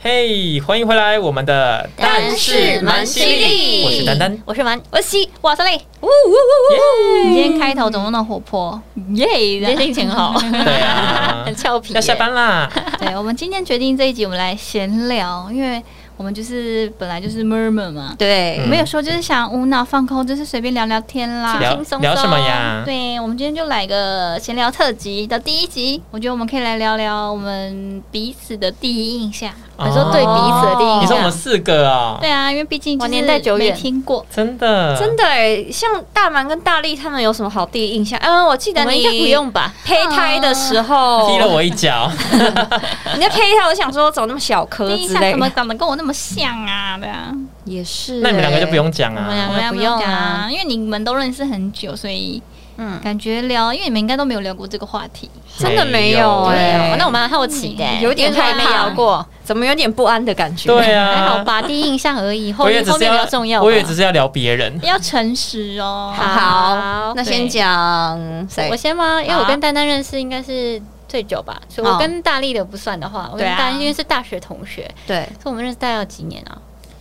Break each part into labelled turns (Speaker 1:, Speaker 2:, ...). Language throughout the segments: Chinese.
Speaker 1: 嘿，欢迎回来，我们的
Speaker 2: 但是蛮犀利
Speaker 1: 我是丹丹。
Speaker 2: 我是蛮，我是西，哇塞嘞，呜呜呜
Speaker 1: 耶
Speaker 2: 呜！你今天开头怎么那么活泼？耶，心情好，
Speaker 1: 对啊
Speaker 2: 很俏皮耶。
Speaker 1: 要下班啦，
Speaker 3: 对，我们今天决定这一集，我们来闲聊，因为我们就是本来就是 murmur 嘛，
Speaker 2: 对
Speaker 1: 嗯
Speaker 3: 我，们有时候就是想无脑放空，就是随便聊聊天啦。
Speaker 1: 聊
Speaker 2: 轻松
Speaker 1: 聊什么呀？
Speaker 3: 对，我们今天就来个闲聊特辑的第一集，我觉得我们可以来聊聊我们彼此的第一印象。
Speaker 1: 哦
Speaker 2: 你说对彼此的第一印象
Speaker 1: 你说我们四个哦，
Speaker 3: 对啊，因为毕竟
Speaker 2: 哇
Speaker 3: 就是
Speaker 2: 年代久远
Speaker 3: 没听过，
Speaker 1: 真的
Speaker 2: 真的哎，像大蛮跟大力他们有什么好第一印象？嗯，我记
Speaker 3: 我
Speaker 2: 得
Speaker 3: 们
Speaker 2: 你啊
Speaker 3: 应该不用吧？
Speaker 2: 胚胎的时候，
Speaker 1: 踢了我一脚，
Speaker 2: 你 在胚胎，我想说怎么那么小颗
Speaker 3: 第一印
Speaker 2: 之
Speaker 3: 象
Speaker 2: 类
Speaker 3: 怎么
Speaker 2: 的，
Speaker 3: 长得跟我那么像啊？对啊，
Speaker 2: 也是。
Speaker 1: 那你们两个就不用讲
Speaker 2: 我们
Speaker 1: 啊
Speaker 2: 两。
Speaker 3: 我
Speaker 2: 个
Speaker 3: 们
Speaker 2: 不
Speaker 3: 不用
Speaker 2: 用啊
Speaker 3: 啊，因为你们都认识很久，所以
Speaker 2: 嗯，
Speaker 3: 感觉聊，因为你们应该都没有聊过这个话题。
Speaker 2: 真的没有
Speaker 1: 没有啊
Speaker 2: 哎、
Speaker 3: 对啊
Speaker 2: 那
Speaker 3: 那
Speaker 2: 我
Speaker 3: 我
Speaker 2: 们
Speaker 3: 蛮好奇的、
Speaker 2: 哎嗯有点
Speaker 3: 因为
Speaker 2: 害
Speaker 3: 从来
Speaker 2: 怕，
Speaker 3: 没聊过，
Speaker 2: 过，怎么有点不安的感觉？
Speaker 1: 对啊，
Speaker 3: 还好吧？第一印象而已，后
Speaker 1: 我也
Speaker 3: 面
Speaker 1: 只
Speaker 3: 后
Speaker 1: 是
Speaker 3: 面比
Speaker 1: 要
Speaker 3: 较重要吧。
Speaker 1: 我也只是要聊别人。
Speaker 3: 要诚实哦。
Speaker 2: 好，
Speaker 3: 好
Speaker 2: 那先讲谁
Speaker 4: 我？先吗？因为
Speaker 2: 好
Speaker 4: 我
Speaker 2: 啊
Speaker 4: 跟丹丹认识应该是最久吧，所以
Speaker 2: 哦
Speaker 4: 我跟大力的不算的话，我跟
Speaker 3: 对啊
Speaker 4: 大力因为是大学同学，
Speaker 2: 对，
Speaker 4: 所以我们认识大概有几年啊？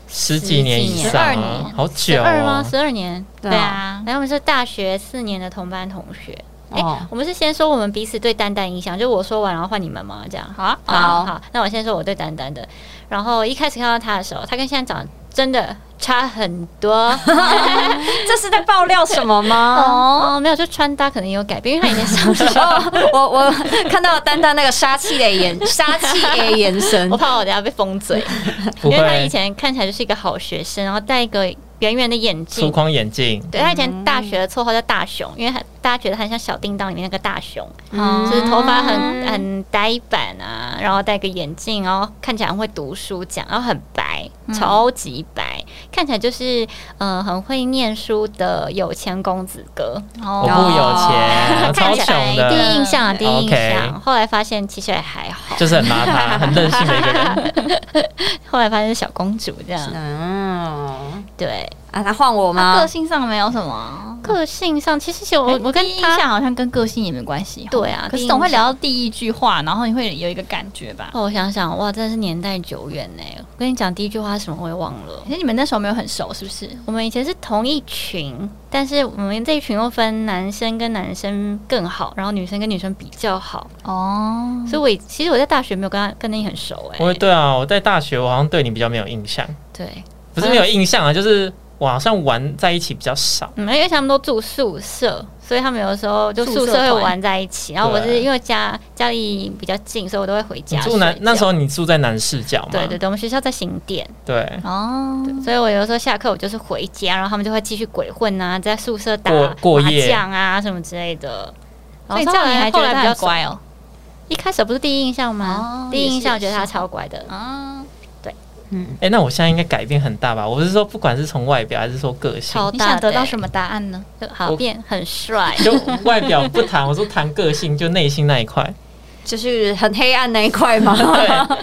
Speaker 1: 十几年以上
Speaker 4: 十二
Speaker 1: 啊，
Speaker 4: 年
Speaker 1: 好
Speaker 4: 十
Speaker 1: 久
Speaker 4: 二
Speaker 1: 哦。
Speaker 4: 吗？十二年。
Speaker 2: 对
Speaker 3: 对啊，
Speaker 4: 然后我们是大学四年的同班同学。哎、
Speaker 2: 哦，
Speaker 4: 我们是先说我们彼此对丹丹印象，就我说完然后换你们吗？这样
Speaker 3: 好啊，
Speaker 2: 好
Speaker 4: 好，那我先说我对丹丹的。然后一开始看到他的时候，他跟现在长得真的差很多。
Speaker 2: 这是在爆料什么吗？
Speaker 4: 哦，没有，就穿搭可能也有改变，因为他 以前上学，
Speaker 2: 哦，我我看到丹丹那个杀气的眼， 杀气的眼神
Speaker 4: 我，怕我等下被封嘴，
Speaker 1: 不
Speaker 4: 因为他以
Speaker 1: 会，
Speaker 4: 前看起来就是一个好学生，然后戴一个圆圆的眼
Speaker 1: 粗
Speaker 4: 镜。
Speaker 1: 框眼镜，
Speaker 4: 对他以前大学的绰号叫大熊，因为他大家觉得他很像小叮当里面那个大熊，
Speaker 2: 嗯
Speaker 4: 哦就是头发很很呆板啊，然后戴个眼镜，然后看起来很会读书，这样，然后很白，
Speaker 3: 嗯
Speaker 4: 超级白，看起来就是嗯、呃很会念书的有钱公子哥。
Speaker 1: 我不
Speaker 3: 哦
Speaker 1: 有钱，
Speaker 4: 看起来
Speaker 1: 超穷
Speaker 3: 嗯
Speaker 4: 第
Speaker 1: 的，
Speaker 4: 一印象啊，第一印
Speaker 1: OK
Speaker 4: 象，后来发现其实也还好，
Speaker 1: 就是很邋遢、很任性的一个人。
Speaker 4: 后来发现是小公主这样。
Speaker 2: 嗯，
Speaker 4: 对，
Speaker 2: 啊，他换我
Speaker 3: 他
Speaker 2: 吗
Speaker 3: 个？性上没有什么。
Speaker 4: 个性上其实哎我我跟
Speaker 3: 哎第一印
Speaker 4: 他
Speaker 3: 象好像跟个性也没关系。
Speaker 4: 对啊
Speaker 3: 可
Speaker 4: 第一
Speaker 3: 是
Speaker 4: 印
Speaker 3: 总会
Speaker 4: 象
Speaker 3: 聊到第一句话，然后你会有一个感觉吧。
Speaker 4: 哦，我想想，哇，真的是年代久远呢。我跟你讲，第一句话是什么我也忘了
Speaker 3: 可。是你们那时候没有很熟，是不是？
Speaker 4: 我们以前是同一群，但是我们这一群又分男生跟男生更好，然后女生跟女生比较好。
Speaker 3: 哦，
Speaker 4: 所以我以其实我在大学没有跟他跟你很熟哎、
Speaker 1: 我对啊，我在大学我好像对你比较没有印象，
Speaker 4: 对，
Speaker 1: 不是没有印象啊，就是我好像玩在一起比较少。
Speaker 4: 嗯，因为他们都住宿舍，所以他们有的时候就
Speaker 3: 宿
Speaker 4: 宿
Speaker 3: 舍
Speaker 4: 舍会
Speaker 3: 团
Speaker 4: 玩在一起。然后我
Speaker 1: 对嗯
Speaker 4: 是因为家家里比较近，所以我都会回
Speaker 1: 你
Speaker 4: 家。
Speaker 1: 住南那时
Speaker 4: 候。
Speaker 1: 候你住在南市角嘛？
Speaker 4: 对对对，我们学校在新店，
Speaker 1: 对
Speaker 3: 哦，
Speaker 1: 嗯
Speaker 4: 所以我有时候下课我就是回家，然后他们就会继续鬼混啊，在宿舍打
Speaker 1: 过过
Speaker 4: 麻
Speaker 1: 夜
Speaker 4: 将啊什么之类的。
Speaker 3: 所
Speaker 4: 然后
Speaker 3: 以这
Speaker 4: 后
Speaker 3: 样
Speaker 4: 来
Speaker 3: 你还觉
Speaker 4: 后
Speaker 3: 得
Speaker 4: 来
Speaker 3: 他
Speaker 4: 比较
Speaker 3: 很
Speaker 4: 乖
Speaker 3: 乖哦？
Speaker 4: 一开始不是第一印象吗？
Speaker 3: 哦
Speaker 4: 第一印象
Speaker 3: 也
Speaker 4: 我
Speaker 3: 是
Speaker 4: 觉得他超乖的，
Speaker 3: 啊，
Speaker 1: 哎、那我现在应该改变很大吧？我是说，不管是从外表还是说个性，
Speaker 4: 超
Speaker 3: 你
Speaker 4: 大
Speaker 3: 想
Speaker 4: 的
Speaker 3: 得
Speaker 4: 欸、
Speaker 3: 到什么答案呢？
Speaker 4: 就好
Speaker 1: 我。
Speaker 4: 变很帅
Speaker 1: 就外表不谈，我说谈个性，就内心那一块。
Speaker 2: 就是很黑暗那一块吗？
Speaker 1: 对，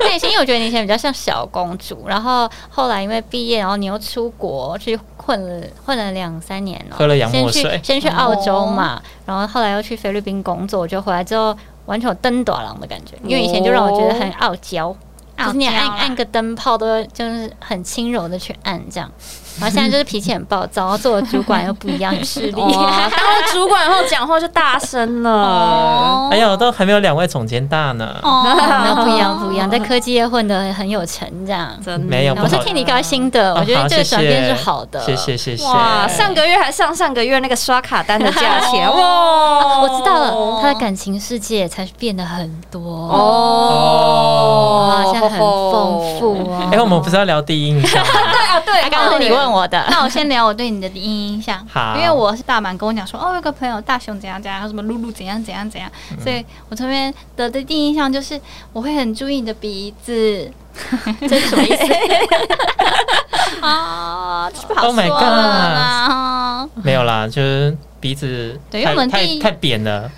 Speaker 4: 内心因为我觉得你以前比较像小公主，然后后来因为毕业，然后你又出国去混了混了两三年哦、
Speaker 1: 喝了洋
Speaker 4: 先
Speaker 1: 墨
Speaker 4: 去
Speaker 1: 水
Speaker 4: 先去澳洲
Speaker 3: 哦
Speaker 4: 嘛，然后后来又去菲律宾工作，就回来之后完全有登短郎的感觉，因为以前就让我觉得很傲娇。就是你按
Speaker 3: 哦傲娇啦
Speaker 4: 按个灯泡都就是很轻柔的去按这样，然后现在就是脾气很暴躁，然后做了主管又不一样，很势利。
Speaker 3: 哦
Speaker 2: 哇，当了主管后讲话就大声 了。
Speaker 4: 哦
Speaker 1: 哎呀，我都还没有两位总监大呢。
Speaker 4: 那
Speaker 3: 哦，
Speaker 4: 不一样，不一样，在科技业混得很有成，这样。
Speaker 2: 真的
Speaker 1: 没有不
Speaker 4: 我
Speaker 1: 好
Speaker 4: 是替你高兴的，
Speaker 1: 啊
Speaker 4: 我觉得
Speaker 1: 好
Speaker 4: 这个
Speaker 1: 谢谢
Speaker 4: 转变是好的。
Speaker 1: 谢谢谢谢。
Speaker 2: 哇，上个月还上上个月那个刷卡单的价钱
Speaker 4: 啊
Speaker 2: 哇，
Speaker 4: 我知道了，他的感情世界才变得很多，哇，
Speaker 2: 哦
Speaker 4: 现在很丰富。哦
Speaker 1: 哎、。我们不是要聊第一印象吗？
Speaker 2: 啊，对，
Speaker 4: 啊刚刚是你问我的，
Speaker 3: 那我先聊我对你的第一印象，
Speaker 1: 好
Speaker 3: 因为我是大满跟我讲说，哦，有个朋友大雄怎样怎样，然后什么露露怎样怎样怎样，
Speaker 4: 嗯
Speaker 3: 所以我这边的第一印象就是我会很注意你的鼻子
Speaker 4: 这是什么意思？
Speaker 3: 啊，这不好
Speaker 1: Oh my
Speaker 3: 说了啦。
Speaker 1: 没有啦，就是鼻子
Speaker 3: 对因
Speaker 1: 太
Speaker 3: 为我们第
Speaker 1: 太
Speaker 3: 一
Speaker 1: 太扁了。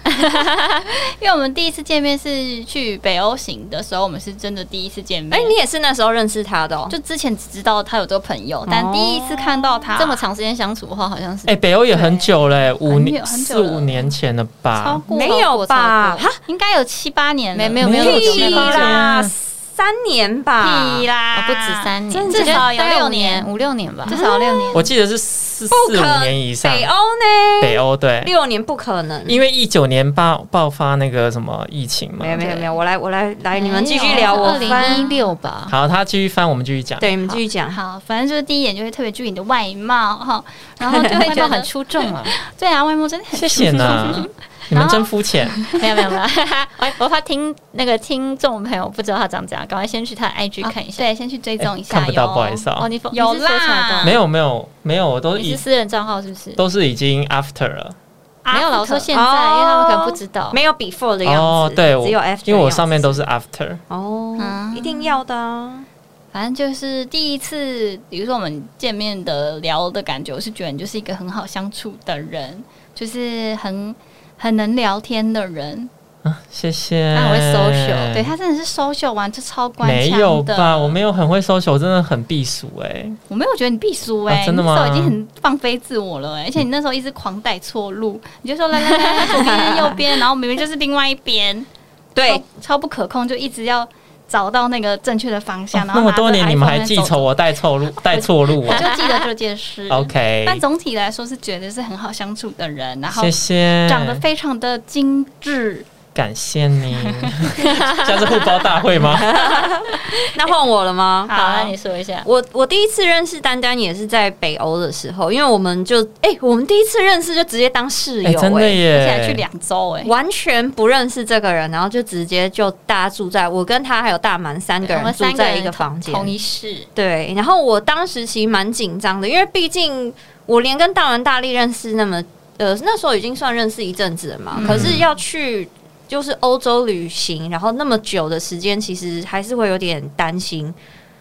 Speaker 3: 因为我们第一次见面是去北欧行的时候，我们是真的第一次见面。
Speaker 2: 哎，你也是那时候认识他的哦，
Speaker 3: 就之前只知道他有这个朋友，但第一次看到他
Speaker 4: 这么长时间相处的话，好像是
Speaker 1: 哎、北欧也很久嘞、五
Speaker 3: 很
Speaker 1: 年
Speaker 3: 久很久
Speaker 1: 四
Speaker 3: 了
Speaker 1: 五年前了吧？
Speaker 3: 超过
Speaker 2: 没有吧？
Speaker 4: 超过
Speaker 2: 哈，
Speaker 3: 哎应该有七八年了，
Speaker 4: 没没有没有那么久
Speaker 2: 屁
Speaker 4: 没有那么久
Speaker 2: 啦，三年吧，
Speaker 3: 屁啦，
Speaker 4: 啊不止三年，
Speaker 3: 真的
Speaker 4: 至少有
Speaker 3: 大概
Speaker 4: 六
Speaker 3: 五
Speaker 4: 年，五六年吧。
Speaker 3: 至少六年。
Speaker 1: 我记得是四四
Speaker 2: 不可
Speaker 1: 五年以上，
Speaker 2: 北欧呢？
Speaker 1: 北欧对，
Speaker 2: 六年不可能。
Speaker 1: 因为一九年爆爆发那个什么疫情嘛
Speaker 2: 没。有没有没有，我来我来来，
Speaker 4: 哎
Speaker 2: 你们继续聊，我
Speaker 4: 二零一
Speaker 2: 翻。
Speaker 4: 六 吧。
Speaker 1: 好，他继续翻，我们继续讲。
Speaker 2: 对，你们继续讲。
Speaker 3: 好，反正就是第一眼就会特别注意你的外貌哈，然后就会
Speaker 4: 外
Speaker 3: 觉
Speaker 4: 貌
Speaker 3: 得
Speaker 4: 很出众啊！
Speaker 3: 对啊，外貌真的很
Speaker 1: 谢谢呢，你们真肤浅。
Speaker 4: 没有没有没 有，我我怕听那个听众朋友不知道他长怎样，赶快先去他的 IG
Speaker 3: 啊
Speaker 4: 看一下。
Speaker 3: 对，先去追踪一下哟。
Speaker 1: 看不到，不好意思
Speaker 4: 哦，
Speaker 1: 啊。
Speaker 4: 你
Speaker 3: 有
Speaker 4: 你是搜出来的
Speaker 3: 啦
Speaker 4: 哦
Speaker 1: 没有没有没有，我都
Speaker 4: 你
Speaker 1: 已
Speaker 4: 是私人账号是不是？
Speaker 1: 都是已经 after 了。
Speaker 3: 啊
Speaker 1: 啊
Speaker 4: 没有啦，我说
Speaker 3: After
Speaker 4: 现在，因为他们可能不知道。
Speaker 2: 没有 before 的样子，
Speaker 1: 哦，对，我
Speaker 2: 只有 after 的样子。
Speaker 1: 因为我上面都是 after。
Speaker 2: 哦，
Speaker 3: 嗯
Speaker 2: 一定要的啊。
Speaker 3: 反正就是第一次，比如说我们见面的聊的感觉，我是觉得你就是一个很好相处的人，就是很很能聊天的人。
Speaker 1: 啊，谢谢。
Speaker 4: 那我会 social，
Speaker 3: 对他真的是 social 完就超官
Speaker 1: 没有
Speaker 3: 腔
Speaker 1: 吧？
Speaker 3: 的，
Speaker 1: 我没有很会 social，我真的很避暑哎、
Speaker 3: 我没有觉得你避暑哎、
Speaker 1: 啊真的吗
Speaker 3: 你那时候已经很放飞自我了、欸，而且你那时候一直狂带错路，你就说来来来来左边右边，然后明明就是另外一 边，
Speaker 2: 对
Speaker 3: 超，超不可控，就一直要找到那个正确的方向。然后
Speaker 1: 哦那么多
Speaker 3: 拿着
Speaker 1: 年你们还
Speaker 3: iPhone
Speaker 1: 记
Speaker 3: 在走
Speaker 1: 仇，我带错路，带错路
Speaker 3: 我
Speaker 1: 啊。。
Speaker 3: 就记得这件事
Speaker 1: OK，
Speaker 3: 但总体来说是觉得是很好相处的人，然后
Speaker 1: 谢谢，
Speaker 3: 长得非常的精致。
Speaker 1: 感谢 你。下次互包大会吗？
Speaker 2: 那换我了吗？
Speaker 4: 好，那你说一下。
Speaker 2: 我我第一次认识丹丹也是在北欧的时候，因为我们就哎、我们第一次认识就直接当室友、
Speaker 1: 哎、真的
Speaker 2: 哎
Speaker 3: 欸而且还去
Speaker 1: 耶，
Speaker 3: 两周哎，
Speaker 2: 完全不认识这个人，然后就直接就大家住在我跟他还有大满三个
Speaker 4: 我们
Speaker 2: 人住
Speaker 4: 三
Speaker 2: 在
Speaker 4: 人
Speaker 2: 一个房间，
Speaker 4: 同同一室，
Speaker 2: 对，然后我当时其实蛮紧张的，因为毕竟我连跟大文大力认识那么呃那时候已经算认识一阵子了嘛，
Speaker 3: 嗯
Speaker 2: 可是要去就是欧洲旅行，然后那么久的时间，其实还是会有点担心。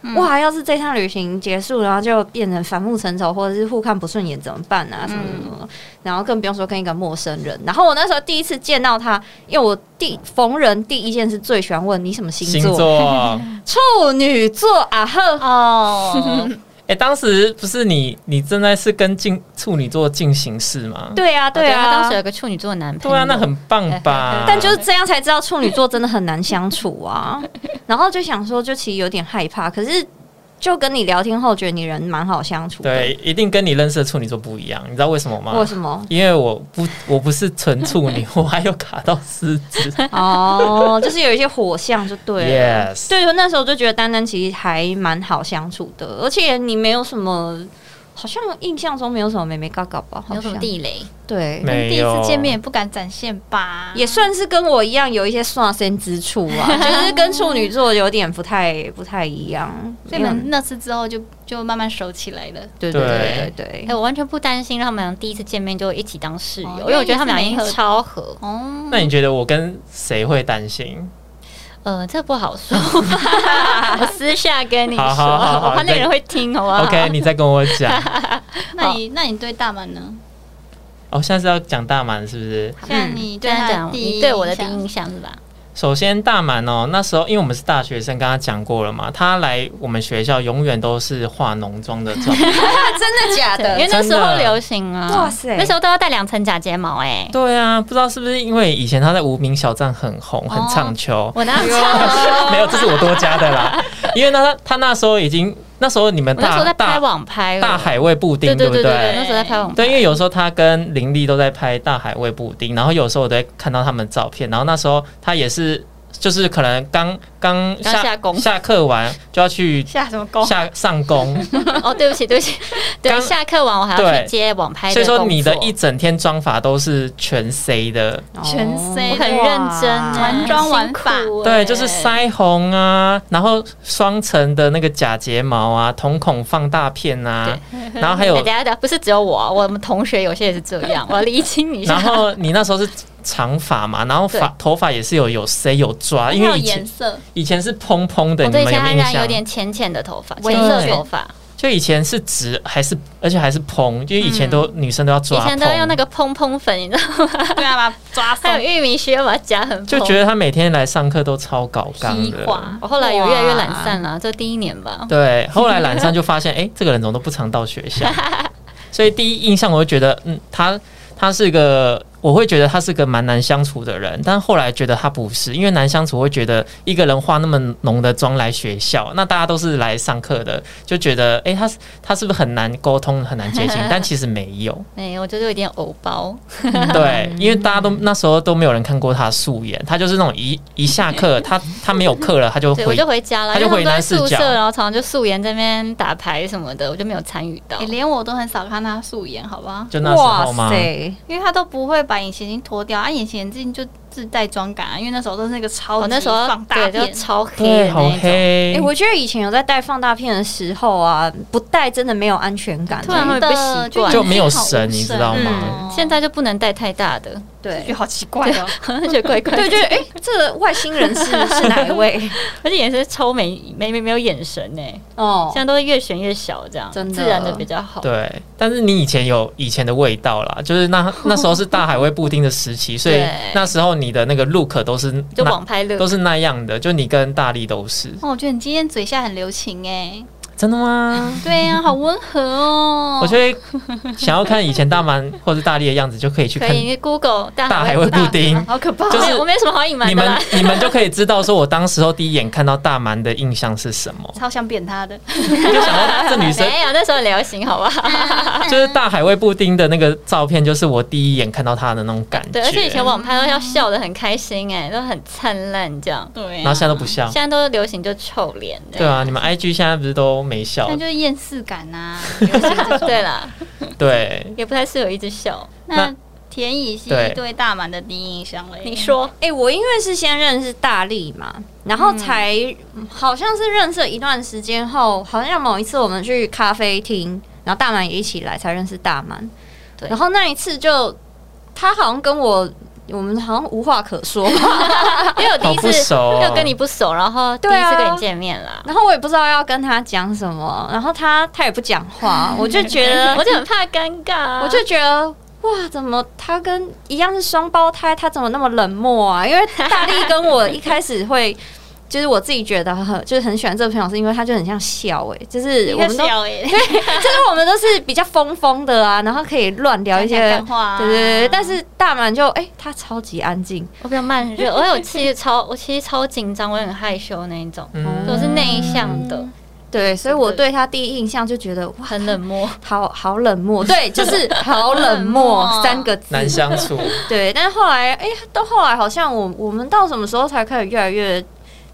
Speaker 3: 嗯
Speaker 2: 哇！要是这趟旅行结束，然后就变成反目成仇，或者是互看不顺眼，怎么办啊？
Speaker 3: 嗯
Speaker 2: 什么什么什么，然后更不用说跟一个陌生人。然后我那时候第一次见到他，因为我第逢人第一件事最喜欢问你什么
Speaker 1: 星
Speaker 2: 星座，
Speaker 1: 座。
Speaker 2: 处女座啊呵，
Speaker 3: 哦，
Speaker 1: 哎、当时不是你，你正在是跟进处女座进行式吗？
Speaker 2: 对啊，对
Speaker 4: 他
Speaker 2: 啊，
Speaker 4: 哦当时有个处女座男朋
Speaker 1: 对啊，
Speaker 4: 友，
Speaker 1: 那很棒 吧？
Speaker 2: 但就是这样才知道处女座真的很难相处 啊。然后就想说，就其实有点害怕，可是就跟你聊天后，觉得你人蛮好相处的。
Speaker 1: 对，，一定跟你认识的处女座不一样，你知道为什么吗？
Speaker 2: 为什么？
Speaker 1: 因为我不我不是纯处 女，我还有卡到狮子。
Speaker 2: 哦， 就是有一些火象就对了。
Speaker 1: Yes，
Speaker 2: 对，那时候就觉得丹丹其实还蛮好相处的，而且你没有什么，好像印象中没有什么妹妹嘎嘎吧，好
Speaker 4: 有什么
Speaker 2: 像
Speaker 4: 地雷？
Speaker 2: 对，
Speaker 1: 没
Speaker 3: 第一
Speaker 1: 有
Speaker 3: 次见面也不敢展现吧？
Speaker 2: 也算是跟我一样有一些刷身之处啊，就是跟处女座有点不太不太一样。
Speaker 3: 所以你们那次之后就就慢慢熟起来了。
Speaker 2: 对对对
Speaker 1: 对
Speaker 2: 对对
Speaker 4: 哎、。我完全不担心，他们俩第一次见面就一起当室友，
Speaker 3: 哦
Speaker 4: 因为我觉得他们俩已经超合。
Speaker 3: 哦，
Speaker 1: 那你觉得我跟谁会担心？
Speaker 4: 呃，这不好说， 我私下跟你说，
Speaker 1: 好好好好
Speaker 4: 我怕那个人会听，好不好
Speaker 1: OK，你再跟我讲。
Speaker 3: 那你那你对大满呢？
Speaker 1: 哦，现在是要讲大满是不是？
Speaker 3: 现在你对
Speaker 4: 嗯这样
Speaker 3: 他
Speaker 4: 讲
Speaker 3: 的第一
Speaker 4: 你对我的第一
Speaker 3: 印象
Speaker 4: 印象是吧？
Speaker 1: 首先大满哦，那时候因为我们是大学生，刚刚讲过了嘛，他来我们学校永远都是化浓妆的状 态。
Speaker 2: 真的假
Speaker 4: 对，因为
Speaker 2: 的？
Speaker 4: 那时
Speaker 1: 真
Speaker 4: 候
Speaker 1: 的
Speaker 4: 流行啊，
Speaker 2: 啊哇塞
Speaker 4: 那时候都要戴两层假睫毛、哎，
Speaker 1: 对啊，不知道是不是因为以前他在无名小站很红，很唱 秋。
Speaker 4: 我哪有？
Speaker 1: 没有，这是我多加的 啦。因为呢，他那时候已经，那时候你们
Speaker 4: 我那时候
Speaker 1: 大
Speaker 4: 在拍
Speaker 1: 大
Speaker 4: 网拍了，哦
Speaker 1: 大海味布丁，
Speaker 4: 对对
Speaker 1: 不
Speaker 4: 对对，那时候在拍网拍，
Speaker 1: 对，因为有时候他跟林立都在拍大海味布丁，然后有时候我都会看到他们的照片，然后那时候他也是，就是可能刚刚
Speaker 4: 刚
Speaker 1: 下
Speaker 4: 下工
Speaker 1: 下课完就要去
Speaker 3: 下什么功？
Speaker 1: 下上工，
Speaker 4: 哦，对不起，对不 起，对，
Speaker 1: 刚
Speaker 4: 下课完我还要
Speaker 1: 对
Speaker 4: 去接网拍
Speaker 1: 所以说你的
Speaker 4: 工作
Speaker 1: 一整天妆法都是全 C 的，
Speaker 2: 哦
Speaker 3: 全
Speaker 4: 我
Speaker 3: C
Speaker 4: 很认真
Speaker 2: 嗯
Speaker 3: 哇
Speaker 4: 欸，
Speaker 3: 全妆玩法
Speaker 4: 很辛苦欸
Speaker 1: 对，就是腮红啊，然后双层的那个假睫毛啊，瞳孔放大片啊，然后 还
Speaker 4: 哎
Speaker 1: 有
Speaker 4: 等一，下等一下，不是只有我，我们同学有些也是这 样。我要厘清一
Speaker 1: 然
Speaker 4: 下。
Speaker 1: 后你那时候是长发嘛，然后发头发也是有有 C 有抓，因
Speaker 3: 它有
Speaker 1: 为以
Speaker 3: 颜
Speaker 1: 前
Speaker 3: 色，
Speaker 1: 以前是蓬蓬的，
Speaker 4: 我
Speaker 1: 你
Speaker 4: 哦对
Speaker 1: 们
Speaker 4: 以
Speaker 1: 有
Speaker 4: 前
Speaker 1: 没有
Speaker 4: 还
Speaker 1: 印
Speaker 4: 染
Speaker 1: 象
Speaker 4: 有？点浅浅的头发，
Speaker 3: 微
Speaker 4: 浅色
Speaker 1: 卷
Speaker 4: 头发，
Speaker 1: 就以前是直还是，而且还是蓬，因为以前都、女生都要抓
Speaker 4: 嗯以
Speaker 1: 蓬，
Speaker 4: 前都用那个蓬蓬粉，你知道吗？
Speaker 3: 对啊，把它抓松
Speaker 4: 还有玉米须要把它夹很蓬。
Speaker 1: 就觉得她每天来上课都超搞刚
Speaker 3: 西
Speaker 1: 的。
Speaker 3: 化。
Speaker 4: 我后来有越来越懒散了，这第一年 吧。
Speaker 1: 对，后来懒上就发现，哎、这个人怎么都不常到学校，所以第一印象我就觉得，嗯，他他是个我会觉得他是个蛮难相处的人，但后来觉得他不是，因为难相处会觉得一个人化那么浓的妆来学校，那大家都是来上课的，就觉得诶，他他是不是很难沟通，很难接近？但其实没有，
Speaker 4: 没有，就是有点偶包，
Speaker 1: 对，因为大家都那时候都没有人看过他素颜，他就是那种一一下课，他他没有课了，他就
Speaker 4: 对我
Speaker 1: 回
Speaker 4: 就回家了，
Speaker 1: 他就
Speaker 4: 因为
Speaker 1: 回
Speaker 4: 他
Speaker 1: 南
Speaker 4: 们
Speaker 1: 四
Speaker 4: 都在宿
Speaker 1: 角
Speaker 4: 舍，然后常常就素颜在那边打牌什么的，我就没有参与到
Speaker 3: 诶。连我都很少看他素颜，好不好？
Speaker 1: 就那时候吗？
Speaker 2: 塞，
Speaker 3: 因为他都不会把隐形眼镜脱掉，啊，隐形眼镜就自带妆感啊。因为那时候都是那个超
Speaker 4: 我
Speaker 3: 级
Speaker 4: 哦那时候
Speaker 3: 放大
Speaker 4: 对就
Speaker 3: 片，
Speaker 4: 超黑
Speaker 1: 对，
Speaker 4: 的那
Speaker 1: 好
Speaker 4: 一种，
Speaker 1: 黑。
Speaker 2: 哎、我觉得以前有在戴放大片的时候啊，不戴真的没有安全感。
Speaker 4: 突然会不习
Speaker 1: 就
Speaker 4: 惯。嗯
Speaker 1: 没有神你知道
Speaker 2: 吗
Speaker 4: 现在就不能戴太大的，
Speaker 2: 对
Speaker 3: 就好奇怪哦。
Speaker 4: 而且怪怪的，
Speaker 2: 对，就是哎、这个外星人是是哪一位？
Speaker 4: 而且也是超没没没没有眼神呢、
Speaker 2: 哦
Speaker 4: 现，在都会越选越小，这样
Speaker 2: 真的
Speaker 4: 自然的比较好。
Speaker 1: 对，但是你以前有以前的味道啦，就是 那那时候是大海味布丁的时期，所以
Speaker 4: 对
Speaker 1: 那时候你的那个 look 都是
Speaker 4: 就
Speaker 1: 那
Speaker 4: 网拍乐
Speaker 1: 都是那样的，就你跟大力都是
Speaker 3: 哦，我觉得你今天嘴下很流行哎，
Speaker 1: 真的 吗？
Speaker 3: 对
Speaker 4: 啊
Speaker 3: 呀、好温和哦。
Speaker 1: 我觉得想要看以前大蛮 或者大力的样子，就可以去
Speaker 4: 可
Speaker 1: 看
Speaker 4: 以，因为 Google 大
Speaker 1: 大
Speaker 4: 海
Speaker 1: 海
Speaker 4: 味
Speaker 1: 味布丁。
Speaker 3: 好可怕，，
Speaker 1: 就是
Speaker 4: 我没什么好隐
Speaker 1: 你
Speaker 4: 瞒的
Speaker 1: 们
Speaker 4: 啦。
Speaker 1: 你们就可以知道，说我当时候第一眼看到大蛮的印象是什 么
Speaker 3: 超想扁他的。
Speaker 1: 就想到这女生
Speaker 4: 没有，那时候很流行，好不好？
Speaker 1: 就是大海味布丁的那个照片，就是我第一眼看到她的那种感觉。
Speaker 4: 对，而且以前网拍都要笑得很开心、哎，都很灿烂这样。
Speaker 3: 对、啊，
Speaker 1: 然后现在都不笑
Speaker 4: 现，在都流行就臭脸的。
Speaker 1: 对啊，你们 IG 现在不是都没笑
Speaker 3: 那？就是厌世感呐、流行
Speaker 1: 啊
Speaker 3: 这种
Speaker 4: 对啦，
Speaker 1: 对，
Speaker 4: 也不太适合一直笑。
Speaker 1: 那
Speaker 3: 那田以希
Speaker 1: 对
Speaker 3: 对大满的第一印象嘞？
Speaker 4: 你说
Speaker 2: 哎、我因为是先认识大力嘛，然后才、好像是认识了一段时间后，好像某一次我们去咖啡厅，然后大满也一起来，才认识大满。
Speaker 4: 对
Speaker 2: 然后那一次就他好像跟我，我们好像无话可说吧，
Speaker 4: 因为我第
Speaker 1: 好不
Speaker 4: 一次
Speaker 1: 熟、哦，
Speaker 4: 又跟你不熟，然后第一
Speaker 2: 对啊
Speaker 4: 次跟你见面啦。
Speaker 2: 然后我也不知道要跟他讲什么，然后他他也不讲话，我就觉得
Speaker 4: 我就很怕尴尬啊，
Speaker 2: 我就觉得。哇，怎么他跟一样是双胞胎，他怎么那么冷漠啊？因为大力跟我一开始会，就是我自己觉得很，就是很喜欢这个朋友，是因为他就很像笑哎、就是我
Speaker 3: 应该
Speaker 2: 们
Speaker 3: 是
Speaker 2: 都，
Speaker 3: 要哎，
Speaker 2: 就是我们都是比较疯疯的啊，然后可以乱聊一
Speaker 3: 讲讲
Speaker 2: 些
Speaker 3: 干，话、啊，
Speaker 2: 对对对。但是大满就哎、他超级安静，
Speaker 4: 我比较慢热，而且我其实超我其实超紧张，我也很害羞那一种，
Speaker 1: 嗯
Speaker 4: 我是内向的，
Speaker 2: 对，所以我对他第一印象就觉得哇，
Speaker 4: 很冷漠。
Speaker 2: 好好冷漠，对， 就是好冷漠三个字，
Speaker 1: 难相 处，
Speaker 2: 对，但是后来，哎、到后来好像我我们到什么时候才开始越来越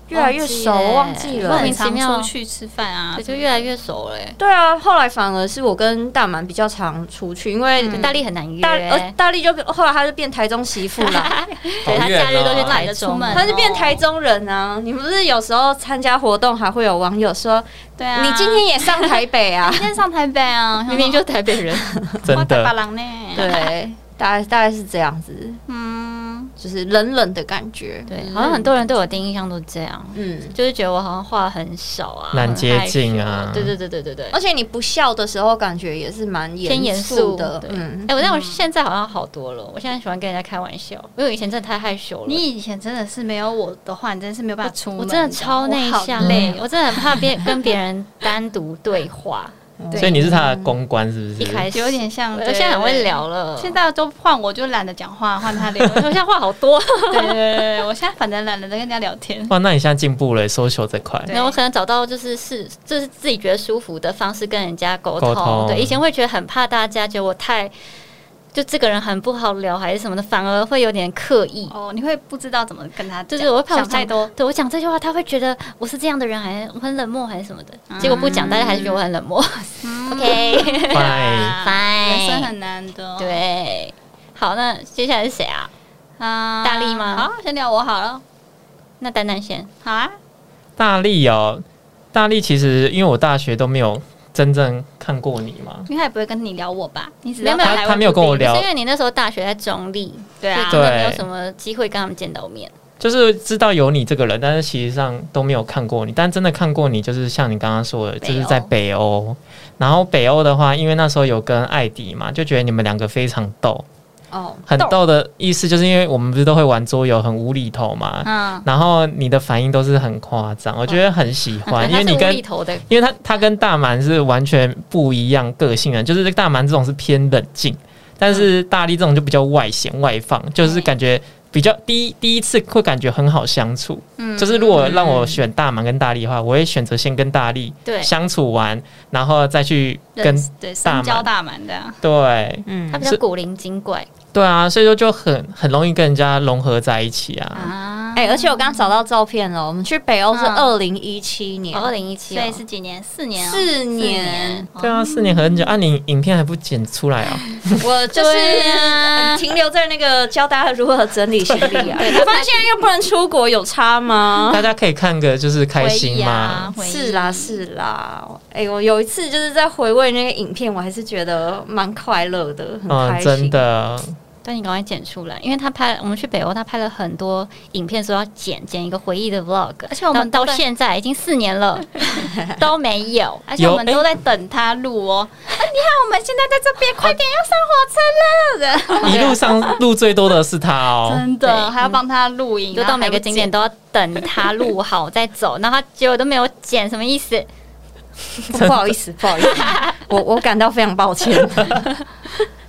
Speaker 2: 越来越熟，忘
Speaker 4: 忘
Speaker 2: 记
Speaker 4: 记
Speaker 3: 我
Speaker 2: 了。欸
Speaker 4: 了欸莫
Speaker 3: 很
Speaker 4: 名其
Speaker 3: 常
Speaker 4: 妙
Speaker 3: 出去吃饭啊
Speaker 4: 我，
Speaker 1: 嗯
Speaker 4: 就越来越熟了、欸，
Speaker 2: 对啊，后来反而是我跟大满比较常出去，因
Speaker 1: 嗯
Speaker 2: 为
Speaker 4: 嗯大力很难约，欸
Speaker 2: 大呃大力就后来他就变台中媳妇
Speaker 1: 好
Speaker 2: 啦，
Speaker 4: 对他
Speaker 1: 远
Speaker 4: 假日都去
Speaker 1: 哦
Speaker 4: 台
Speaker 3: 出
Speaker 4: 中
Speaker 3: 门
Speaker 2: 他就变台中人啊。你不是有时候参加活动还会有网友说、
Speaker 3: 对啊，？
Speaker 2: 你今天也上台北啊
Speaker 3: 今天上台北啊，
Speaker 4: 明明就台北人，
Speaker 1: 真
Speaker 3: 八
Speaker 1: 的。
Speaker 3: 郎呢，，
Speaker 2: 对，大概大概是这样子，
Speaker 3: 嗯，
Speaker 2: 就是冷冷的感觉。
Speaker 4: 对，好像很多人对我第一印象都这样，
Speaker 2: 嗯，
Speaker 4: 就是觉得我好像话很少啊，
Speaker 1: 难
Speaker 4: 很
Speaker 1: 接
Speaker 4: 害羞
Speaker 1: 近啊
Speaker 4: 对对对对对对，
Speaker 2: 而且你不笑的时候，感觉也是蛮
Speaker 4: 偏严
Speaker 2: 肃
Speaker 4: 肃
Speaker 2: 的。
Speaker 4: 对
Speaker 2: 嗯
Speaker 4: 哎、，我但我现在好像好多了，我现在喜欢跟人家开玩笑，因为我以前真的太害羞了。
Speaker 3: 你以前真的是没有我的话，你真的是没有办法出门，
Speaker 4: 我真的超内
Speaker 3: 我
Speaker 4: 向
Speaker 3: 好
Speaker 4: 的，
Speaker 3: 累，
Speaker 4: 我真的很怕别跟别人单独对 话。
Speaker 3: 对
Speaker 1: 所以你是他的公关是不
Speaker 4: 一开
Speaker 1: 是？
Speaker 4: 始
Speaker 3: 有点像，
Speaker 4: 我
Speaker 3: 对
Speaker 4: 现在很会。聊了，
Speaker 3: 对现在都换我就懒得讲话，换他聊。
Speaker 4: 我现在话好多，
Speaker 3: 对对对对，我现在反正懒得跟人家聊天。
Speaker 1: 哇，那你现在进步了，social 这块
Speaker 3: 对
Speaker 4: 然后我可能找到就是是就是自己觉得舒服的方式跟人家沟通。
Speaker 1: 沟通
Speaker 4: 对，以前会觉得很怕大家觉得我太就这个人很不好聊还是什么的，反而会有点刻意。
Speaker 3: 哦，你会不知道怎么跟他讲，
Speaker 4: 就是我会怕我
Speaker 3: 想
Speaker 4: 讲
Speaker 3: 太多。，
Speaker 4: 对我讲这句话，他会觉得我是这样的人，还我很冷漠，还是什么的。
Speaker 3: 嗯
Speaker 4: 结果不讲，大家还是觉得我很冷漠。OK，
Speaker 1: ，fine，
Speaker 4: Fine
Speaker 3: 嗯啊人生很难的。，
Speaker 4: 对，好，那接下来是谁啊？
Speaker 3: 啊
Speaker 4: 大力吗
Speaker 3: 好，先聊我好了。
Speaker 4: 那丹丹先，
Speaker 3: 好啊，
Speaker 1: 大力哦，大力其实因为我大学都没有真正看过你嘛，
Speaker 3: 因为他也不会跟你聊我吧？你只
Speaker 4: 没有没有
Speaker 3: 要打来
Speaker 1: 他没有跟我聊
Speaker 4: 是因为你那时候大学在中立，
Speaker 3: 对啊
Speaker 4: 所以真的
Speaker 1: 对
Speaker 4: 没有什么机会跟他们见到面。
Speaker 1: 就是知道有你这个人，但是其实上都没有看过你。但真的看过你，就是像你刚刚说的，
Speaker 4: 北
Speaker 1: 就是在
Speaker 4: 欧
Speaker 1: 北欧。然后北欧的话，因为那时候有跟艾迪嘛，就觉得你们两个非常逗，
Speaker 2: 哦，
Speaker 4: 嗯
Speaker 1: 很逗的意思就是因为我们不是都会玩桌游，很无厘头嘛，
Speaker 3: 嗯，
Speaker 1: 然后你的反应都是很夸张，我觉得很喜欢，因为你
Speaker 4: 他是无
Speaker 1: 跟
Speaker 4: 厘头的，
Speaker 1: 啊因为他他跟大蛮是完全不一样个性的，就是大蛮这种是偏冷静，但是大力这种就比较外显外放，就是感觉比较第一第一次会感觉很好相处。
Speaker 4: 嗯
Speaker 1: 就是如果让我选大满跟大力的话，我会选择先跟大力
Speaker 4: 对
Speaker 1: 相处完，然后再去跟
Speaker 3: 人对深交
Speaker 1: 满
Speaker 3: 大满的啊，
Speaker 1: 对
Speaker 2: 嗯
Speaker 4: 他比较
Speaker 1: 是
Speaker 4: 古灵精怪
Speaker 1: 对啊，所以说就很很容易跟人家融合在一起啊。
Speaker 3: 啊
Speaker 2: 哎、而且我刚找到照片了，我们去北欧是
Speaker 3: 嗯
Speaker 2: 二零一七年，
Speaker 4: 哦二零一七，
Speaker 3: 所以是几年？四年哦，
Speaker 2: 四
Speaker 3: 四
Speaker 2: 年，
Speaker 1: 对啊，四年很久啊，你影片还不剪出来啊？
Speaker 2: 我就是
Speaker 4: 对啊
Speaker 2: 嗯停留在那个教大家如何整理行李啊。反正现在又不能出国，有差吗？
Speaker 1: 大家可以看个就是开心嘛，
Speaker 3: 回忆啊
Speaker 2: 是啦，是啦，哎、我有一次就是在回味那个影片，我还是觉得蛮快乐的，啊很
Speaker 1: 嗯，
Speaker 2: 开心。
Speaker 1: 真的，
Speaker 4: 对你赶快剪出来，因为他拍我们去北欧，他拍了很多影片，说要剪剪一个回忆的 vlog，
Speaker 3: 而且我们
Speaker 4: 到
Speaker 3: 都
Speaker 4: 到
Speaker 3: 在
Speaker 4: 现在已经四年 了都没有，
Speaker 3: 而且我们
Speaker 1: 有哎
Speaker 3: 都在等他录哦。啊，你看，我们现在在这边，快点要上火车 了！
Speaker 1: 一路上录最多的是他哦。
Speaker 3: 真
Speaker 4: 对嗯
Speaker 3: 的还要帮他录影，
Speaker 4: 就
Speaker 3: 然后
Speaker 4: 到每
Speaker 3: 还
Speaker 4: 个
Speaker 3: 要
Speaker 4: 景点
Speaker 3: 剪
Speaker 4: 都要等他录好再走，然后他结果都没有剪，什么意思？
Speaker 2: 不好意思，不好意思，我我感到非常抱歉。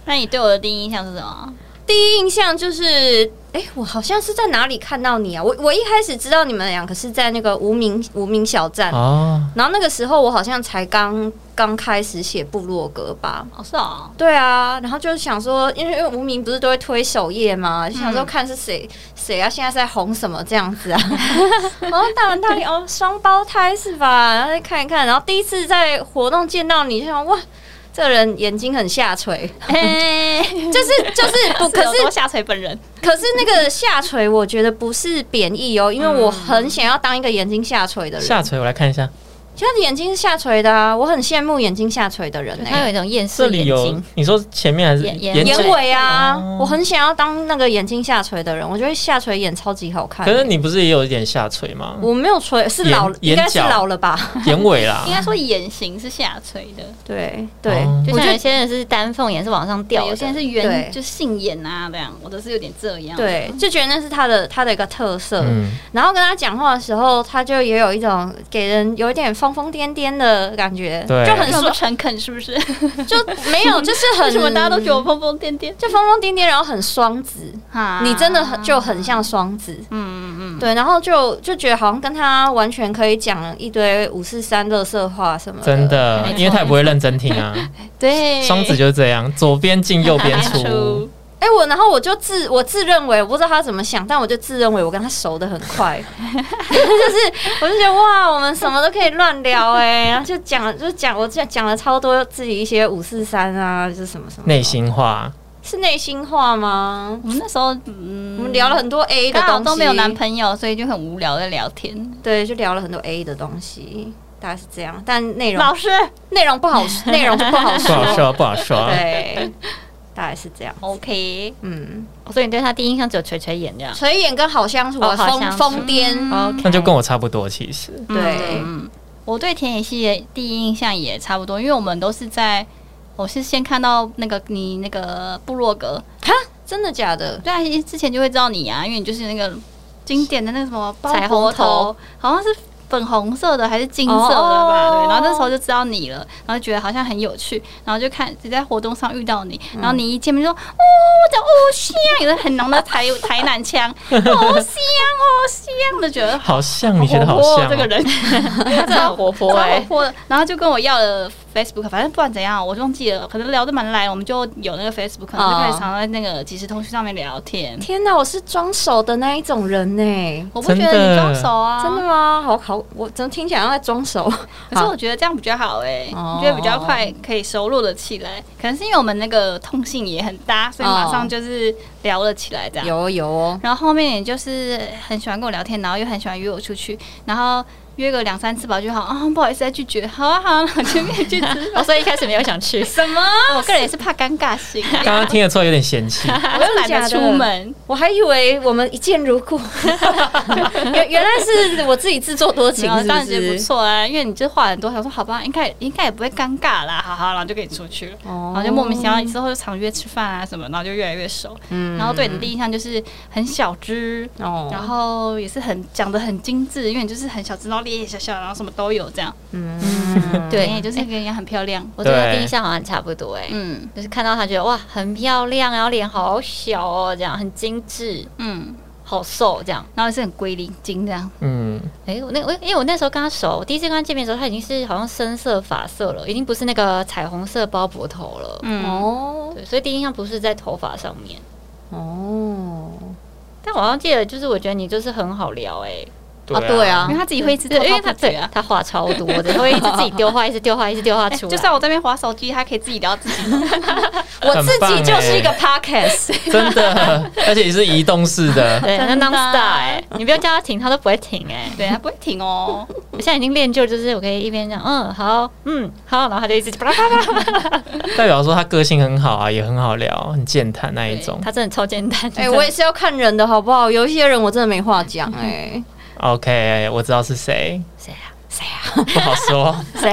Speaker 3: 那你对我的第一印象是什么？
Speaker 2: 第一印象就是，哎、我好像是在哪里看到你啊？我我一开始知道你们两个是在那个无名无名小站，
Speaker 1: 哦，
Speaker 2: 然后那个时候我好像才刚刚开始写部落格吧。
Speaker 3: 哦，是哦，
Speaker 2: 对啊，然后就是想说，因为因为无名不是都会推首页嘛，就想说看是谁谁啊，现在在红什么这样子啊。 然后大完大理哦，双胞胎是吧？然后再看一看，然后第一次在活动见到你，就想哇，这个人眼睛很下垂，
Speaker 3: 哎，
Speaker 2: 就是就是不，可
Speaker 3: 可
Speaker 2: 是
Speaker 3: 是哦下垂本人，
Speaker 2: 可是那个下垂，我觉得不是贬义哦，因为我很想要当一个眼睛下垂的人。
Speaker 1: 下垂我来看一下，
Speaker 2: 现在眼睛是下垂的啊，我很羡慕眼睛下垂的人欸呢、
Speaker 3: 哎
Speaker 4: 他有一种厌
Speaker 1: 这
Speaker 4: 世
Speaker 1: 里
Speaker 4: 眼
Speaker 1: 有
Speaker 4: 睛，
Speaker 1: 你说前面还是
Speaker 4: 眼眼
Speaker 1: 眼
Speaker 2: 眼
Speaker 1: 尾？
Speaker 2: 尾啊，
Speaker 1: 哦
Speaker 2: 我很想要当那个眼睛下垂的人，我觉得下垂眼超级好看、
Speaker 1: 可是你不是也有一点下垂吗？
Speaker 2: 我没有垂，是老
Speaker 1: 眼
Speaker 2: 应该是
Speaker 1: 眼角
Speaker 2: 老了吧？
Speaker 1: 眼尾啦
Speaker 3: 应，该说 眼型是下垂的，
Speaker 2: 对对，
Speaker 1: 哦
Speaker 4: 就
Speaker 2: 我觉
Speaker 4: 像有
Speaker 2: 得
Speaker 4: 些人是单凤眼是往上掉
Speaker 3: 对，
Speaker 4: 的，
Speaker 3: 有些人是
Speaker 2: 对
Speaker 3: 圆，就杏眼啊这样，我都是有点这样。
Speaker 2: 对，就觉得那是他的他的一个特色。
Speaker 1: 嗯，
Speaker 2: 然后跟他讲话的时候，他就也有一种给人有一点疯疯癫癫的感觉，
Speaker 1: 对
Speaker 2: 就很
Speaker 3: 很不
Speaker 2: 爽，
Speaker 3: 诚恳，是不是？
Speaker 2: 就没有，就是很
Speaker 3: 为什么大家都觉得我疯疯癫癫？
Speaker 2: 就疯疯癫癫，然后很双子，
Speaker 3: 啊
Speaker 2: 你真的很就很像双子，
Speaker 3: 嗯嗯嗯，
Speaker 2: 对，然后就就觉得好像跟他完全可以讲一堆五四三乐色话什么
Speaker 1: 真的
Speaker 3: 没，错
Speaker 1: 因为他也不会认真听啊。
Speaker 3: 对，
Speaker 1: 双子就是这样，左边进右边出
Speaker 3: 出。
Speaker 2: 哎、我然后我就自我自认为我不知道他怎么想，但我就自认为我跟他熟的很快， 就是我就觉得哇，我们什么都可以乱聊哎、然后就讲就讲我讲讲了超多自己一些五四三啊，就是什么什么
Speaker 1: 内心话，
Speaker 2: 是内心话吗？
Speaker 3: 我们那时候
Speaker 2: 我
Speaker 3: 嗯
Speaker 2: 们聊了很多 A 的
Speaker 3: 刚好
Speaker 2: 东西，
Speaker 3: 都没有男朋友，所以就很无聊在聊天。
Speaker 2: 对，就聊了很多 A 的东西，大概是这样，但内容
Speaker 3: 老师
Speaker 2: 内容不好，内容就不好
Speaker 1: 不 好
Speaker 2: 说。
Speaker 1: 说，不好说。
Speaker 2: 对，啊 大概是这样。
Speaker 3: ，OK，
Speaker 2: 嗯，
Speaker 4: 所以你对他第一印象只有垂垂眼这样。
Speaker 2: 垂眼跟好相处嗯啊，
Speaker 4: 哦好
Speaker 2: 疯
Speaker 4: 相处
Speaker 2: 疯癫，
Speaker 4: OK，
Speaker 1: 那就跟我差不多，其实。
Speaker 2: 对
Speaker 3: 嗯，我对田野系的第一印象也差不多，因为我们都是在，我是先看到那个你那个部落格，
Speaker 2: 哈，真的假的？
Speaker 3: 对啊，之前就会知道你啊，因为你就是那个经典的那个什么包
Speaker 4: 彩
Speaker 3: 脖
Speaker 4: 虹
Speaker 3: 头
Speaker 4: 头，
Speaker 3: 好像是粉红色的还是金色的吧？
Speaker 2: 哦
Speaker 3: 对，然后那时候就知道你了，然后觉得好像很有趣，然后就看就在活动上遇到你，
Speaker 2: 嗯
Speaker 3: 然后你一见面就说、哦，我叫哦香，有的很浓的台台南 腔，哦香哦香的，觉得
Speaker 1: 好像你觉得好
Speaker 3: 活泼
Speaker 1: 像
Speaker 3: 哦这个
Speaker 1: 哦，
Speaker 3: 人真的很活
Speaker 4: 泼
Speaker 3: 超
Speaker 4: 欸
Speaker 3: 活泼的。然后就跟我要了 Facebook，反正不管怎样，我忘记了，可能聊得蛮来，我们就有那个 Facebook，可能就
Speaker 2: 哦
Speaker 3: 可以常在那个即时通讯上面聊天。
Speaker 2: 天哪，我是装熟的那一种人呢、
Speaker 3: 我不觉得你装熟啊，
Speaker 2: 真的。吗？好好，我怎么听起来像在装熟？
Speaker 3: 可是我觉得这样比较好哎、
Speaker 2: 哦
Speaker 3: 你觉得比较快可以熟络了起来。可能是因为我们那个通信也很搭，所以马上就是聊了起来这样。
Speaker 2: 有哦有哦，
Speaker 3: 然后后面也就是很喜欢跟我聊天，然后又很喜欢约我出去，然后约个两三次吧，就好啊，不好意思再拒绝，好啊好啊，然后就面拒绝。。
Speaker 4: 哦，所以一开始没有想去
Speaker 3: 什么？我哦个人也是怕尴尬型，啊
Speaker 1: 刚刚听得出来有点嫌弃。
Speaker 3: 我又懒得出门。
Speaker 2: 我还以为我们一见如故， 原原来是我自己自作多情
Speaker 3: 然，后
Speaker 2: 是
Speaker 3: 当然
Speaker 2: 不
Speaker 3: 觉得不
Speaker 2: 是？
Speaker 3: 错啊，因为你就话很多，想说好吧，应该应该也不会尴尬啦， 好好，然后就跟你出去了。
Speaker 2: 哦
Speaker 3: 然后就莫名其妙之后就常约吃饭啊什么，然后就越来越熟。
Speaker 2: 嗯
Speaker 3: 然后对你的第一印象就是很小只，
Speaker 2: 哦
Speaker 3: 嗯然后也是很讲的很精致，因为你就是很小只，然后脸也小小，然后什么都有这样，
Speaker 2: 嗯，
Speaker 4: 对
Speaker 3: 也就是跟人家很漂亮。
Speaker 4: 我对他
Speaker 1: 对
Speaker 4: 第一印象好像差不多哎、
Speaker 3: 嗯
Speaker 4: 就是看到她觉得哇很漂亮，然后脸好小哦，这样很精致，
Speaker 3: 嗯，
Speaker 4: 好瘦这样。
Speaker 3: 然后也是很龟灵精这样，
Speaker 1: 嗯，
Speaker 4: 哎、我那我因为我那时候跟她熟，我第一次跟她见面的时候，她已经是好像深色发色了，已经不是那个彩虹色包脖头了。
Speaker 3: 嗯哦，
Speaker 2: 哦
Speaker 4: 对，所以第一印象不是在头发上面。
Speaker 2: 哦，
Speaker 4: 但我好像记得，就是我觉得你就是很好聊哎、
Speaker 1: 对啊，
Speaker 2: 对
Speaker 3: 因为
Speaker 2: 啊，
Speaker 3: 他自己会一直
Speaker 4: 对，
Speaker 3: 偷
Speaker 4: 因为
Speaker 3: 偷
Speaker 4: 他
Speaker 3: 不
Speaker 4: 对
Speaker 3: 绝啊。
Speaker 4: 他话超多的，会一直自己丢话，一直丢话，一直丢话
Speaker 3: 哎
Speaker 4: 出来。
Speaker 3: 就算我这边划手机，他可以自己聊自己。
Speaker 2: 我自
Speaker 1: 很棒
Speaker 2: 己就是一个
Speaker 1: 欸
Speaker 2: podcast，
Speaker 1: 真的，而且是移动式的，
Speaker 4: 对，那
Speaker 3: 真的
Speaker 4: non stop 哎，你不要叫他停，他都不会停哎、
Speaker 3: 对他不会停哦，
Speaker 4: 我现在已经练就，就是我可以一边讲嗯好嗯好，然后他就一直巴拉巴拉巴拉。
Speaker 1: 代表说他个性很好啊，也很好聊，很健谈那一种。
Speaker 4: 他真的超简单。
Speaker 2: 哎，我也是要看人的好不好？有一些人我真的没话 讲，哎，
Speaker 1: OK，我知道是谁，
Speaker 4: 谁啊？
Speaker 1: 不好 说。
Speaker 2: 谁？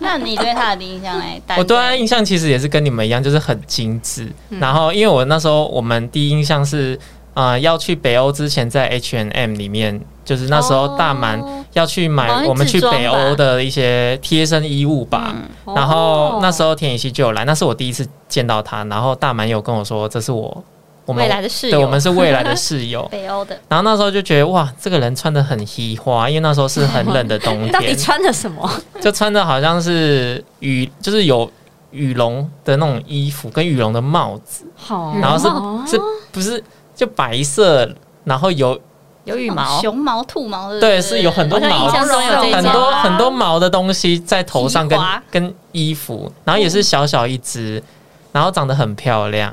Speaker 3: 那你对他的第一印象来？
Speaker 1: 我对他印象其实也是跟你们一样，就是很精致。
Speaker 2: 嗯
Speaker 1: 然后，因为我那时候我们第一印象是，呃，要去北欧之前，在 H&M 里面，就是那时候大满
Speaker 4: 哦
Speaker 1: 要去
Speaker 4: 好像
Speaker 1: 买
Speaker 4: 是
Speaker 1: 我们去
Speaker 4: 制装
Speaker 1: 北
Speaker 4: 吧嗯哦
Speaker 1: 欧的一些贴身衣物吧。然后那时候田以希就有来，那是我第一次见到他。然后大满有跟我说，这是我我们
Speaker 4: 未来的室
Speaker 1: 对，
Speaker 4: 友，
Speaker 1: 我们是未来的室友。
Speaker 3: 北欧的，
Speaker 1: 然后那时候就觉得哇，这个人穿的很嘻花，因为那时候是很冷的冬
Speaker 2: 到底
Speaker 1: 天，
Speaker 2: 穿了什么？
Speaker 1: 就穿的好像是羽，就是有羽绒的那种衣服跟羽绒的帽子，
Speaker 2: 好，
Speaker 1: 然后是、
Speaker 2: 哦
Speaker 1: 是不是就白色，然后有
Speaker 4: 有羽毛，
Speaker 3: 熊毛、兔毛的，
Speaker 1: 对是有很多
Speaker 4: 好像
Speaker 1: 毛
Speaker 4: 印象中有这一
Speaker 1: 很
Speaker 4: 种
Speaker 1: 多
Speaker 4: 啊
Speaker 1: 很多毛的东西在头上跟
Speaker 3: 皮划
Speaker 1: 跟衣服，然后也是小小一只，然后长得很漂亮，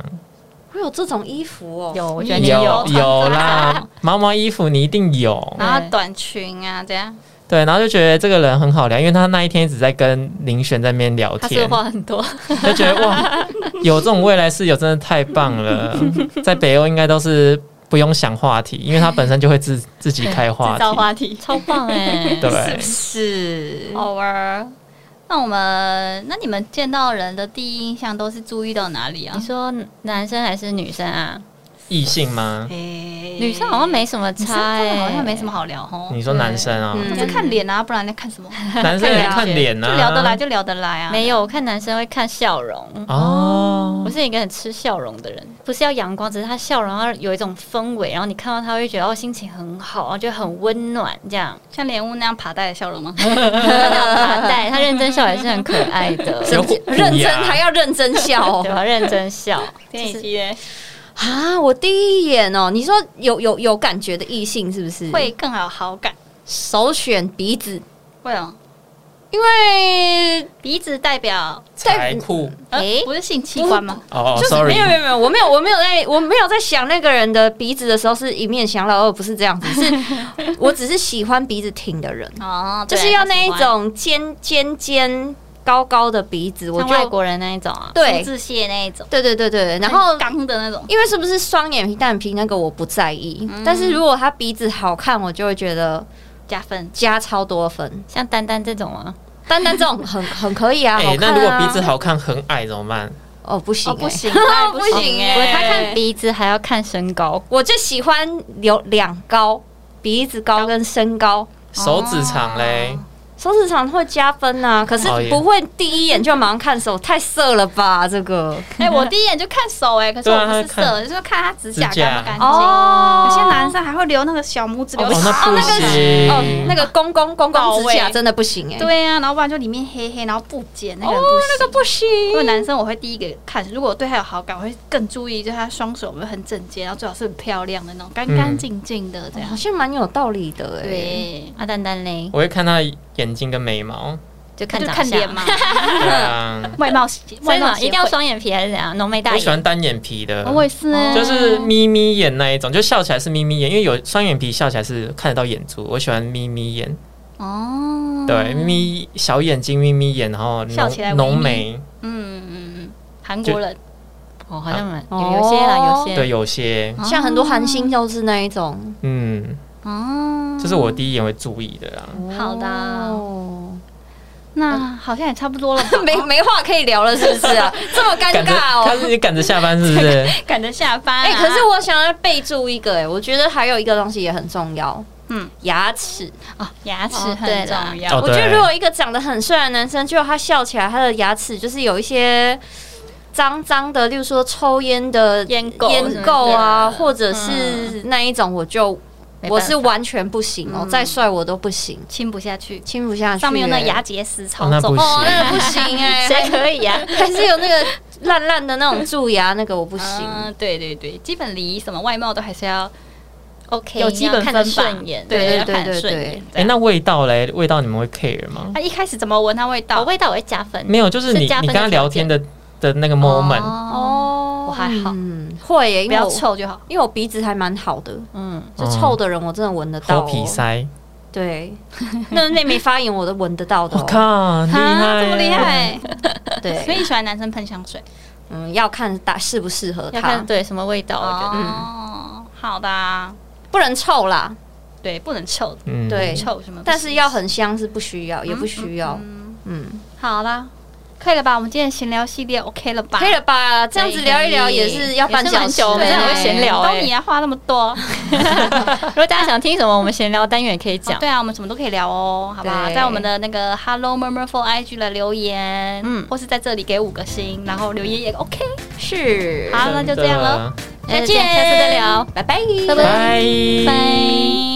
Speaker 2: 会有这种衣服哦，
Speaker 4: 有我觉得
Speaker 3: 感
Speaker 4: 你
Speaker 3: 觉
Speaker 1: 有
Speaker 4: 嗯
Speaker 3: 有
Speaker 4: 有
Speaker 1: 有 啦，毛毛衣服你一定有，
Speaker 3: 然后短裙啊这样，
Speaker 1: 对，然后就觉得这个人很好聊，因为他那一天一直在跟林璇在那边聊
Speaker 4: 他是不是
Speaker 1: 天，
Speaker 4: 话很多，
Speaker 1: 就觉得哇，有这种未来室友真的太棒了，在北欧应该都是不用想话题，因为他本身就会自自己开话
Speaker 3: 制造
Speaker 1: 题，
Speaker 3: 话题，
Speaker 4: 超棒哎、
Speaker 1: 对，
Speaker 2: 是
Speaker 3: 好玩儿。那我们，那你们见到人的第一印象都是注意到哪里啊
Speaker 4: 你？说男生还是女生啊？
Speaker 1: 异性吗？
Speaker 3: 女
Speaker 4: 女生好像没什么
Speaker 3: 女
Speaker 4: 差
Speaker 3: 生真
Speaker 4: 哎、
Speaker 3: 的好像没什么好聊哦。
Speaker 1: 你说男生嗯啊、
Speaker 2: 嗯
Speaker 3: 就看脸啊，不然在看什么？
Speaker 1: 男生也看脸
Speaker 3: 就聊得来
Speaker 1: 啊，
Speaker 3: 就聊得来啊。
Speaker 4: 没有，我看男生会看笑容。
Speaker 1: 哦
Speaker 4: 我，是一个很吃笑容的人，不是要阳光，只是他笑容要有一种氛围，然后你看到他会觉得哦心情很好，然后就很温暖这样。
Speaker 3: 像莲雾那样爬带的笑容吗？
Speaker 4: 他那种发带，他认真笑也是很可爱 的，
Speaker 1: 有
Speaker 4: 对
Speaker 1: 虎牙
Speaker 2: 认真还要认真笑 哦。
Speaker 4: 吧？认真笑，
Speaker 3: 天乙基嘞
Speaker 2: 啊，我第一眼哦，你说有有有感觉的异性是不是？
Speaker 3: 会更有好感，
Speaker 2: 首选鼻子，
Speaker 3: 会哦。
Speaker 2: 因为
Speaker 3: 鼻子代表
Speaker 1: 财库
Speaker 3: 呃
Speaker 4: 诶
Speaker 3: 不是性器官吗？
Speaker 1: 哦
Speaker 2: 就是
Speaker 1: ，sorry，
Speaker 2: 没有没有没有，我没有我没有在我没有在想那个人的鼻子的时候是一面想老二，不是这样子，是 我只是喜欢鼻子挺的人，
Speaker 3: 哦，
Speaker 2: 就
Speaker 3: 对
Speaker 2: 是要那一
Speaker 3: 他喜欢
Speaker 2: 种尖尖尖高高的鼻子，我
Speaker 4: 像外
Speaker 2: 就
Speaker 4: 国人那一种啊。
Speaker 2: 对
Speaker 3: 苏
Speaker 2: 对
Speaker 3: 字蟹那一种，
Speaker 2: 对对对，然后
Speaker 3: 很刚的那种。
Speaker 2: 因为是不是双眼皮、单眼皮那个我不在意，
Speaker 3: 嗯
Speaker 2: 但是如果他鼻子好看，我就会觉得
Speaker 3: 加分，
Speaker 2: 加超多分。
Speaker 4: 像丹丹这种啊，
Speaker 2: 丹丹这种很很可以啊，
Speaker 1: 哎、
Speaker 2: 好看
Speaker 1: 那
Speaker 2: 啊。
Speaker 1: 如果鼻子好看很矮怎么办？
Speaker 2: 哦不行、
Speaker 3: 哦
Speaker 2: 欸，
Speaker 3: 不行，当然
Speaker 2: 不行
Speaker 3: 哎、
Speaker 2: 欸
Speaker 4: 我他看鼻子还要看身高，
Speaker 2: 我就喜欢留两高，鼻子高跟身高。
Speaker 1: 手指长嘞，
Speaker 2: 手指长会加分啊，可是
Speaker 1: 讨厌
Speaker 2: 不会第一眼就马上看手，太色了吧？这个
Speaker 3: 哎、我第一眼就看手哎、可是
Speaker 1: 对啊
Speaker 3: 我不是
Speaker 1: 他
Speaker 3: 色，就是看他指甲
Speaker 1: 指甲
Speaker 3: 干不干净。
Speaker 2: 哦
Speaker 3: 有些男生还会留那个小拇指啊留
Speaker 1: 哦，那
Speaker 3: 长
Speaker 1: 不
Speaker 2: 那个
Speaker 1: 行，
Speaker 2: 哦，那个公公公公指
Speaker 3: 到
Speaker 2: 甲
Speaker 3: 位
Speaker 2: 真的不行哎、欸，
Speaker 3: 对啊，然后不然就里面黑黑，然后不剪那个
Speaker 2: 哦
Speaker 3: 人不行。，
Speaker 2: 那个不行。
Speaker 3: 因为男生我会第一个看，如果我对他有好感，我会更注意，就是他双手有没有很整洁，然后最好是很漂亮的那种，干
Speaker 1: 嗯
Speaker 3: 干净净的这样
Speaker 2: 好。像蛮有道理的哎、欸，
Speaker 3: 对，
Speaker 4: 啊丹丹嘞
Speaker 1: 我会看他眼睛跟眉毛，
Speaker 4: 就看
Speaker 3: 就
Speaker 4: 长
Speaker 3: 看脸
Speaker 4: 相，
Speaker 3: 嘛，
Speaker 1: 对啊，
Speaker 3: 外貌协
Speaker 4: 所
Speaker 3: 外
Speaker 4: 以
Speaker 3: 貌
Speaker 4: 嘛
Speaker 3: 协
Speaker 4: 一
Speaker 3: 会
Speaker 4: 定要双眼皮还是怎样？浓眉大
Speaker 1: 我喜欢
Speaker 4: 眼，
Speaker 1: 单眼皮的，
Speaker 3: 我也是
Speaker 4: 哦
Speaker 3: 欸，
Speaker 1: 就是眯眯眼那一种，就笑起来是眯眯眼，因为有双眼皮笑起来是看得到眼珠，我喜欢眯眯眼，
Speaker 3: 哦，
Speaker 1: 对，眯小眼睛眯眯眼，然后
Speaker 3: 笑起来
Speaker 1: 浓
Speaker 3: 微眯
Speaker 1: 浓眉，
Speaker 3: 嗯嗯嗯，韩国人
Speaker 4: 哦，好像蛮
Speaker 2: 哦
Speaker 4: 有有些啦，有
Speaker 1: 啊对，
Speaker 4: 些
Speaker 1: 有些，
Speaker 2: 像很多韩星都是那一种。
Speaker 1: 嗯，
Speaker 3: 哦，
Speaker 1: 这是我第一眼会注意的啦。
Speaker 3: 好的
Speaker 2: 哦
Speaker 3: 那好像也差不多了吧，
Speaker 2: 没没话可以聊了，是不是 啊？这么尴
Speaker 1: 赶着，
Speaker 2: 尬
Speaker 1: 他
Speaker 2: 哦。
Speaker 1: 是你赶着下班是不是？
Speaker 3: 赶着下班啊。
Speaker 2: 哎哎、可是我想要备注一个、哎，我觉得还有一个东西也很重要，
Speaker 3: 嗯，
Speaker 2: 牙齿。
Speaker 3: 哦，牙齿
Speaker 4: 哦
Speaker 3: 很
Speaker 4: 对
Speaker 3: 重
Speaker 4: 啦
Speaker 3: 要。
Speaker 1: 哦
Speaker 2: 我觉得
Speaker 1: 对
Speaker 2: 如果一个长得很帅的男生，就他笑起来，他的牙齿就是有一些脏脏的，例如说抽烟的
Speaker 4: 烟垢什么
Speaker 2: 烟垢啊，
Speaker 4: 之类的
Speaker 2: 或者是那一种，我就
Speaker 4: 没办法
Speaker 2: 我是完全不行哦，
Speaker 3: 嗯
Speaker 2: 再帅我都不行，
Speaker 3: 亲不下去，
Speaker 2: 亲不下去、
Speaker 3: 上面有那
Speaker 2: 欸
Speaker 3: 牙欸结石
Speaker 1: 哦
Speaker 3: 超
Speaker 1: 那
Speaker 3: 重
Speaker 1: 不，
Speaker 2: 哦，那
Speaker 1: 行
Speaker 2: 个不行哎、
Speaker 4: 谁可以啊呀、
Speaker 2: 还是有那个烂烂的那种蛀牙，那个我不
Speaker 3: 不
Speaker 2: 行。
Speaker 3: 嗯对对对，基本礼仪什么外貌都还是要
Speaker 4: o k
Speaker 3: 有基本
Speaker 4: 看得
Speaker 3: 分吧
Speaker 4: 顺眼，
Speaker 2: 对
Speaker 3: 要
Speaker 2: 对
Speaker 3: 看
Speaker 2: 对
Speaker 3: 顺
Speaker 2: 对
Speaker 3: 眼。
Speaker 1: 哎、
Speaker 3: 这样
Speaker 1: 那味道嘞？味道你们会 care 吗？
Speaker 3: 哎他一开始怎么闻他味
Speaker 4: 我
Speaker 3: 道？
Speaker 4: 味道我会加分，
Speaker 1: 没有，就是你
Speaker 4: 是加分
Speaker 1: 你
Speaker 4: 的
Speaker 1: 跟他聊天的的那个 moment，、
Speaker 4: 哦，
Speaker 2: 哦
Speaker 4: 我还好
Speaker 2: 嗯、会耶、
Speaker 3: 不
Speaker 2: 因为
Speaker 3: 要
Speaker 2: 我
Speaker 3: 臭就好。
Speaker 2: 因为我鼻子还蛮好的，
Speaker 3: 嗯，
Speaker 2: 就臭的人我真的闻得到、
Speaker 1: 头
Speaker 2: 哦。
Speaker 1: 皮塞，
Speaker 2: 对， 那妹妹发炎我都闻得到的、
Speaker 1: 我、
Speaker 2: 哦。
Speaker 1: 靠，厉害，
Speaker 3: 啊这么厉！害，所
Speaker 2: 对，
Speaker 3: 以喜欢男生喷香水。
Speaker 2: 嗯，要看打适不适合
Speaker 4: 要
Speaker 2: 他
Speaker 4: 看，对什么味道，我觉得。
Speaker 3: 哦，好吧，
Speaker 2: 不能臭啦，
Speaker 3: 对，不能臭，
Speaker 1: 嗯
Speaker 2: 对
Speaker 3: 臭什么不行？
Speaker 2: 但是要很香是不需要，也不需要。嗯，
Speaker 3: 好啦，可以了吧？我们今天的闲聊系列 OK 了吧？
Speaker 2: 可以了吧？这样子聊一聊也是要半小时，
Speaker 4: 也是蛮久我们
Speaker 3: 对，
Speaker 4: 哦这样
Speaker 2: 对
Speaker 4: 会闲聊
Speaker 3: 都
Speaker 4: 欸
Speaker 3: 你啊，话那么 多。
Speaker 4: 如果大家想听什么，我们闲聊单元也可以
Speaker 3: 哦
Speaker 4: 讲。
Speaker 3: 对啊，我们什么都可以聊哦，好不好？
Speaker 2: 对
Speaker 3: 在我们的那个 Hello Murmur for IG 的留言，嗯
Speaker 4: 嗯，
Speaker 3: 或是在这里给五个星，然后留言也 OK。
Speaker 2: 是，
Speaker 3: 好，那就这样了，
Speaker 1: 了，
Speaker 4: 那
Speaker 3: 再
Speaker 4: 就这
Speaker 3: 见，
Speaker 4: 样下次再聊，
Speaker 2: 拜拜，
Speaker 4: 拜
Speaker 1: 拜
Speaker 4: 拜。